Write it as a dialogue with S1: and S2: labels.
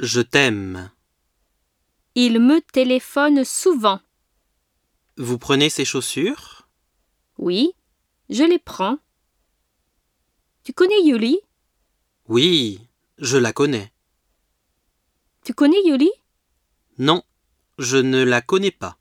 S1: Je t'aime.
S2: Il me téléphone souvent.
S1: Vous prenez ces chaussures
S2: Oui, je les prends. Tu connais Yuli
S1: Oui, je la connais.
S2: Tu connais Yuli
S1: Non, je ne la connais pas.